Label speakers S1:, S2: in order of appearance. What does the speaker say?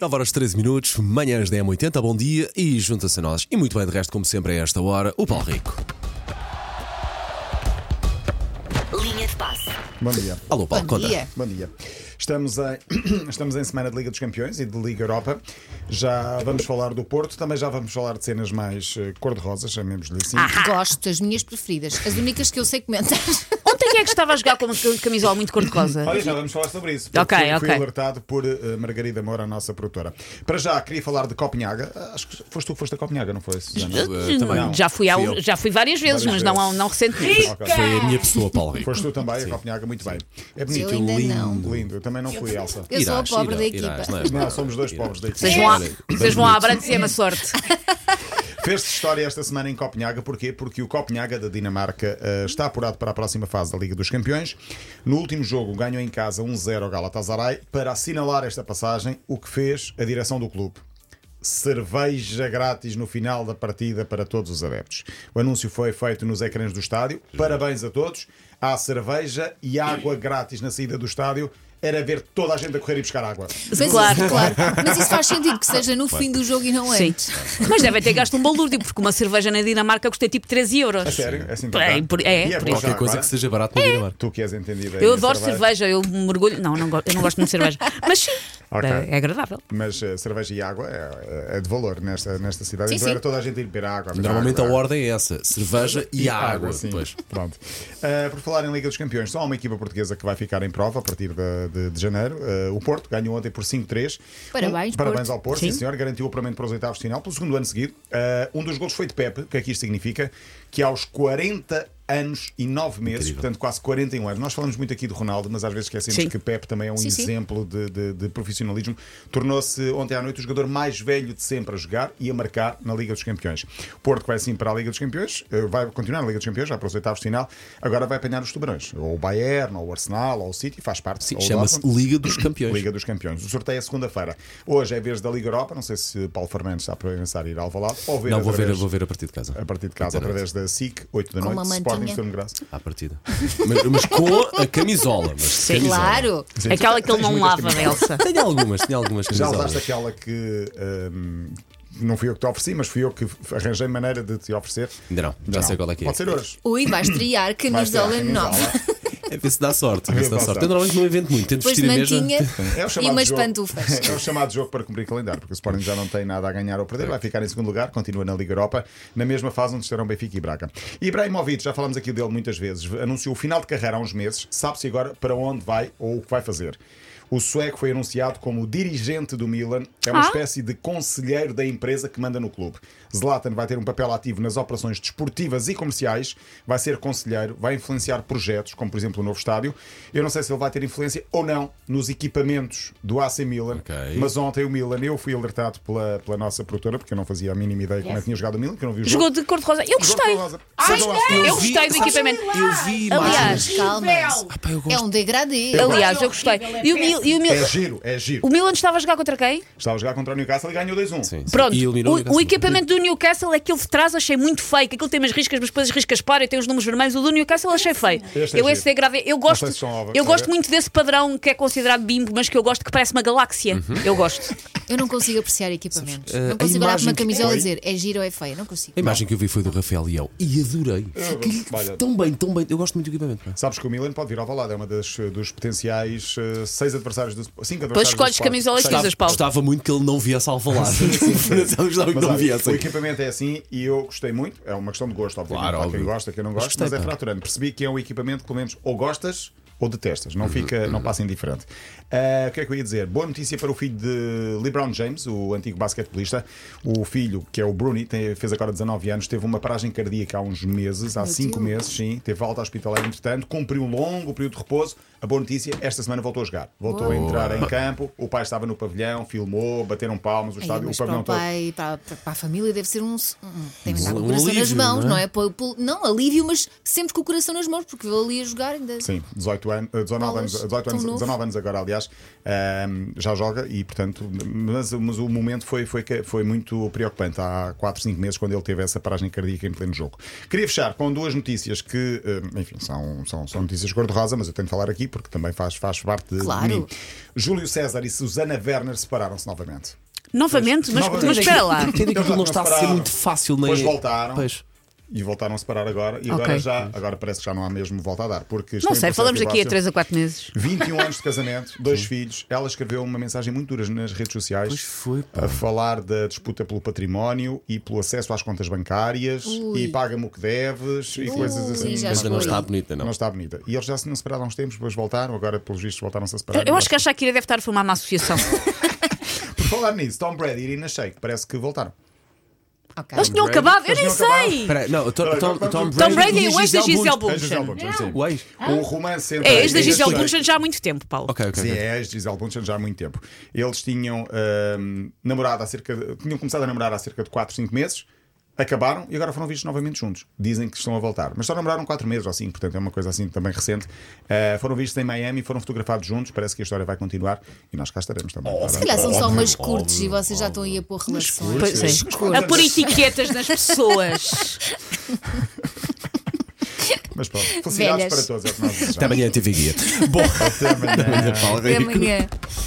S1: 9 horas 13 minutos, manhãs 10 80 bom dia e junta-se a nós. E muito bem, de resto, como sempre, a esta hora, o Paulo Rico.
S2: Linha de passe.
S3: Bom dia.
S1: Alô, Paulo,
S4: Bom
S1: conta.
S4: dia.
S3: Bom dia. Estamos em, estamos em semana de Liga dos Campeões e de Liga Europa. Já vamos falar do Porto, também já vamos falar de cenas mais eh, cor-de-rosa, chamemos-lhe assim.
S2: Ah.
S4: Gosto, as minhas preferidas. As únicas que eu sei comentar.
S2: Ontem quem é que estava a jogar com uma camisola muito cor-de-rosa?
S3: Olha, já vamos falar sobre isso. porque
S2: Ok,
S3: fui, fui
S2: ok.
S3: alertado por eh, Margarida Moura, a nossa produtora. Para já, queria falar de Copenhaga. Ah, Acho que foste tu que foste a Copenhaga, não foi, Susana?
S1: Eh, também.
S3: Não.
S2: Já fui, há-
S1: Fui eu.
S2: já fui várias vezes,
S3: Várias
S2: mas não, há-
S3: vezes.
S2: não recentemente.
S3: Ok.
S1: Foi a minha pessoa, Paulo Rico.
S3: Foste tu também a Copenhaga, muito bem. É bonito,
S4: Eu ainda não.
S3: lindo, lindo. Eu também não fui, Elsa.
S4: Eu sou a
S1: Irás,
S4: pobre da
S1: irás, irás,
S4: equipa.
S1: não é?
S3: Não, somos dois pobres da
S2: Vocês
S3: equipe.
S2: vão, à,
S1: Olha,
S2: vocês vão à Abrantes e é uma sorte.
S3: Fez-se história esta semana em Copenhaga, porquê? Porque o Copenhaga da Dinamarca eh, está apurado para a próxima fase da Liga dos Campeões. No último jogo ganhou em casa 1-0 ao Galatasaray para assinalar esta passagem, o que fez a direção do clube. Cerveja grátis no final da partida para todos os adeptos. O anúncio foi feito nos ecrãs do estádio. Parabéns a todos. Há cerveja e água grátis na saída do estádio. Era ver toda a gente a correr e buscar água.
S4: Mas,
S2: Claro.
S4: claro. Mas isso faz sentido que seja no fim do jogo e não
S2: Sim.
S4: antes.
S2: Mas devem ter gasto um balúrdio, porque uma cerveja na Dinamarca custa tipo 13 euros.
S3: A sério? É assim tão
S2: É,
S3: caro?
S2: por- é,
S3: E
S2: por
S3: bom
S2: isso.
S3: já
S1: Qualquer coisa
S3: agora?
S1: que seja barato na Dinamarca.
S3: Tu que és entendida.
S2: Eu
S3: em
S2: adoro cerveja, eu mergulho. Não, não go- eu não gosto muito de cerveja. Mas sim,
S3: Ok.
S2: é- é agradável.
S3: Mas eh, cerveja e água é, é de valor nesta, nesta cidade.
S4: Sim,
S3: então
S4: sim.
S3: era toda a gente ir beber água. beber
S1: Normalmente a
S3: água,
S1: ordem é essa: cerveja e água.
S3: sim.
S1: Depois.
S3: Pronto. Eh, por falar em Liga dos Campeões, só há uma equipa portuguesa que vai ficar em prova a partir de, de- de janeiro. Eh, o Porto ganhou ontem por 5-3.
S4: Parabéns,
S3: Um- parabéns
S4: Porto.
S3: ao Porto, sim, senhor. Garantiu o apuramento para os oitavos de final pelo segundo ano seguido. Eh, um dos gols foi de Pepe. O que é que isto significa? Que aos 40 anos e 9 meses, portanto quase 41 anos. Nós falamos muito aqui do Ronaldo, mas às vezes esquecemos
S2: Sim.
S3: que Pepe também é um
S4: Sim, sim.
S3: exemplo de, de- de profissionalismo. Tornou-se ontem à noite o jogador mais velho de sempre a jogar e a marcar na Liga dos Campeões. Porto vai sim para a Liga dos Campeões, eh, vai continuar na Liga dos Campeões, já para os oitavos de final. Agora vai apanhar os tubarões, ou o Bayern, ou o Arsenal, ou o City, faz parte.
S1: Sim,
S3: ou o
S1: chama-se
S3: Dortmund.
S1: Liga dos Campeões.
S3: Liga dos Campeões. O sorteio é segunda-feira. Hoje é vez da Liga Europa. Não sei se Paulo Fernandes está para pensar ir ao Valado ou ver
S1: Não, vou ver,
S3: através-
S1: vou ver a partir de casa.
S3: a partir de casa
S1: Internet.
S3: através da SIC, 8 da
S4: Com
S3: noite,
S4: uma
S3: Sporting
S4: mantinha.
S3: Sturm Graz.
S1: À partida. mas, mas com a camisola. Mas camisola.
S4: Claro.
S2: Aquela que
S3: tá- Tens
S2: ele não
S3: muitas
S2: lava, Elsa.
S1: Tenho algumas, tenho algumas
S3: Já
S1: camisolas.
S3: usaste aquela que hum, não fui eu que te ofereci, mas fui eu que arranjei maneira de te oferecer.
S1: Ainda não, já sei qual é que é.
S3: Pode ser hoje. é
S4: Ui, vais triar
S3: Vais ter a
S4: camisola
S3: camisola.
S4: nova.
S1: É ver se dá sorte. Ver se dá
S3: Vamos lá.
S1: sorte. Eu normalmente não invento muito, tento
S4: Depois
S1: vestir
S4: de
S1: a mesma.
S4: mantinha
S3: É o
S4: e
S3: chamado
S4: umas
S3: jogo-
S4: pantufas.
S3: É o chamado jogo para cumprir calendário, porque o Sporting já não tem nada a ganhar ou perder, vai ficar em segundo lugar, continua na Liga Europa, na mesma fase onde estarão Benfica e Braga. Ibrahimovic, já falámos aqui dele muitas vezes, anunciou o final de carreira há uns meses, sabe-se agora para onde vai ou o que vai fazer. O sueco foi anunciado como o dirigente do Milan, é uma espécie de conselheiro da empresa que manda no clube. Zlatan vai ter um papel ativo nas operações desportivas e comerciais, vai ser conselheiro, vai influenciar projetos, como por exemplo o novo estádio. Eu não sei se ele vai ter influência ou não nos equipamentos do AC Milan,
S1: Ok.
S3: mas ontem o Milan, eu fui alertado pela, pela nossa produtora, porque eu não fazia a mínima ideia como é que tinha jogado o Milan, que eu não vi o jogo.
S2: Jogou de cor-de-rosa. Eu
S3: Jogou
S2: gostei.
S3: cor-de-rosa. Sejam lá-
S2: Eu
S1: vi-
S2: gostei do equipamento.
S1: Eu vi
S2: Aliás,
S1: imagens.
S4: Calma.
S1: Pá, eu
S4: É
S1: gosto.
S4: um degradê.
S2: Aliás, eu gostei. E o, Mil- e o Mil-
S3: É giro, é giro.
S2: o Milan estava a jogar contra quem?
S3: Estava a jogar contra o Newcastle e ganhou 2-1.
S1: Sim, sim.
S2: Pronto,
S1: E eliminou
S2: o, o
S1: Newcastle.
S2: equipamento do Newcastle, é aquele de trás, achei muito fake. Aquilo tem umas riscas, mas depois as riscas param e tem os números vermelhos. O do Newcastle achei feio.
S3: Este é
S2: eu esse
S3: giro.
S2: é grave. Eu gosto,
S3: Não sei se são ovas, está
S2: eu
S3: a
S2: gosto
S3: ver?
S2: muito desse padrão que é considerado bimbo, mas que eu gosto que parece uma galáxia.
S1: Uhum.
S2: Eu gosto.
S4: Eu não consigo apreciar equipamentos.
S1: Sabes, eh,
S4: Não
S1: a
S4: consigo olhar para
S1: imagem
S4: uma
S1: que-
S4: camisola
S3: Oi?
S4: e dizer é giro ou é feia. Não consigo.
S1: A imagem que eu vi foi do Rafael Leão e adorei.
S3: olha.
S1: Fiquei tão bem, tão bem. Eu gosto muito do equipamento. pá.
S3: Sabes que o Milan pode vir ao Valado, é uma das, dos potenciais eh, seis adversários do cinco adversários
S2: Depois
S3: do
S2: escolhes
S3: Sporting.
S2: camisolas que
S1: Gostava,
S2: usas, Paulo.
S1: gostava muito que ele não viesse ao falar. Gostava que
S3: Mas,
S1: não
S3: olha,
S1: viesse.
S3: o equipamento é assim e eu gostei muito. É uma questão de gosto, obviamente.
S1: Claro,
S3: Há quem
S1: óbvio.
S3: gosta, quem não
S1: Mas
S3: gosta,
S1: gostei,
S3: mas é
S1: pá.
S3: fraturante. Percebi que é um equipamento que, pelo menos, ou gostas ou detestas.
S1: Uhum,
S3: Não, fica, não passa indiferente. Ah, o que é que eu ia dizer? Boa notícia para o filho de LeBron James, o antigo basquetebolista. O filho, que é o Bruni, tem- fez agora 19 anos, teve uma paragem cardíaca há uns meses, há 5 meses, sim. Teve alta hospitalar, entretanto, cumpriu um longo período de repouso. A boa notícia, esta semana voltou a jogar. Voltou a entrar em campo, o pai estava no pavilhão, filmou, bateram palmas, o
S4: Ai,
S3: estádio, o
S4: mas para
S3: pavilhão
S4: o
S3: todo.
S4: pai, para, tá, para a família, deve ser um. um deve estar com
S1: Um
S4: o coração nas
S1: alívio,
S4: mãos,
S1: não é?
S4: não é? Pô- pô- Não, alívio, mas sempre com o coração nas mãos, porque eu ali a jogar ainda.
S3: Sim, 18 18 anos, eh, 19 anos,
S4: Bolas,
S3: 18 anos,
S4: tão novo.
S3: 19 anos agora, aliás, ahm, já joga e, portanto, mas, mas o momento foi, foi, que- foi muito preocupante há 4, 5 meses quando ele teve essa paragem cardíaca em pleno jogo. Queria fechar com duas notícias que, eh, enfim, são, são, são notícias cor-de-rosa, mas eu tenho de falar aqui porque também faz, faz parte
S4: Claro.
S3: de mim. Júlio César e Susana Werner separaram-se novamente.
S2: Novamente, mas,
S3: Novamente.
S2: mas espera lá.
S1: Entendo que aquilo não está a ser muito fácil, nem.
S3: é
S1: é-
S3: Depois voltaram.
S1: Pois.
S3: E voltaram a separar agora, e
S2: Ok.
S3: agora já agora parece que já não há mesmo volta a dar. Porque estão
S2: Não
S3: em
S2: sei,
S3: processo
S2: falamos
S3: de
S2: aqui há
S3: divórcio.
S2: 3 a 4 meses.
S3: 21 anos de casamento, dois filhos. Ela escreveu uma mensagem muito dura nas redes sociais
S1: Pois foi, pá.
S3: a falar da disputa pelo património e pelo acesso às contas bancárias
S4: Ui.
S3: e paga-me o que deves e
S4: Ui,
S3: coisas assim.
S4: já
S1: Mas ainda não
S4: foi.
S1: está bonita, não.
S3: Não está bonita. E eles já se não separaram há uns tempos, depois voltaram, agora pelos vistos voltaram-se a
S2: Eu,
S1: Tá
S3: separar.
S2: eu acho que a Shakira deve estar a formar uma associação.
S3: Por falar nisso, Tom Brady e Irina Shayk parece que voltaram.
S4: Ok.
S2: Eles tinham acabado, eu nem
S3: Eles tinham acabado.
S2: sei.
S1: Espera aí, não, o Tom,
S3: Olha,
S1: Tom,
S3: vamos-
S1: Tom
S3: Tom
S1: Brady.
S2: Brady
S1: e
S2: é o ex da Gisele
S3: É Gisele
S2: Bundchen.
S3: Bundchen, sim.
S1: O ex?
S3: Um romance entre.
S2: É ex da Gisele
S3: Shayk.
S2: Bundchen já há muito tempo, Paulo.
S1: Ok, ok.
S3: Sim,
S1: ok.
S3: é, Gisele Bundchen já há muito tempo. Eles tinham ahm, namorado há cerca de- tinham começado a namorar há cerca de 4, 5 meses, acabaram e agora foram vistos novamente juntos. Dizem que estão a voltar. Mas só namoraram 4 meses ou assim, portanto é uma coisa assim também recente. Ah, foram vistos em Miami, foram fotografados juntos, parece que a história vai continuar e nós cá estaremos também.
S4: Oh,
S3: Tá
S4: Se calhar são só umas curtes e vocês já estão aí a pôr relações.
S2: Pois é.
S4: Umas curtes.
S2: A pôr etiquetas nas pessoas.
S3: Mas pronto, felicidades
S4: Velhas.
S3: para todos, é o que nós desejamos. né?
S1: Até amanhã, TV Guia. Bom,
S3: Até amanhã. é
S1: Paulo
S4: Até
S1: Rico.
S4: amanhã.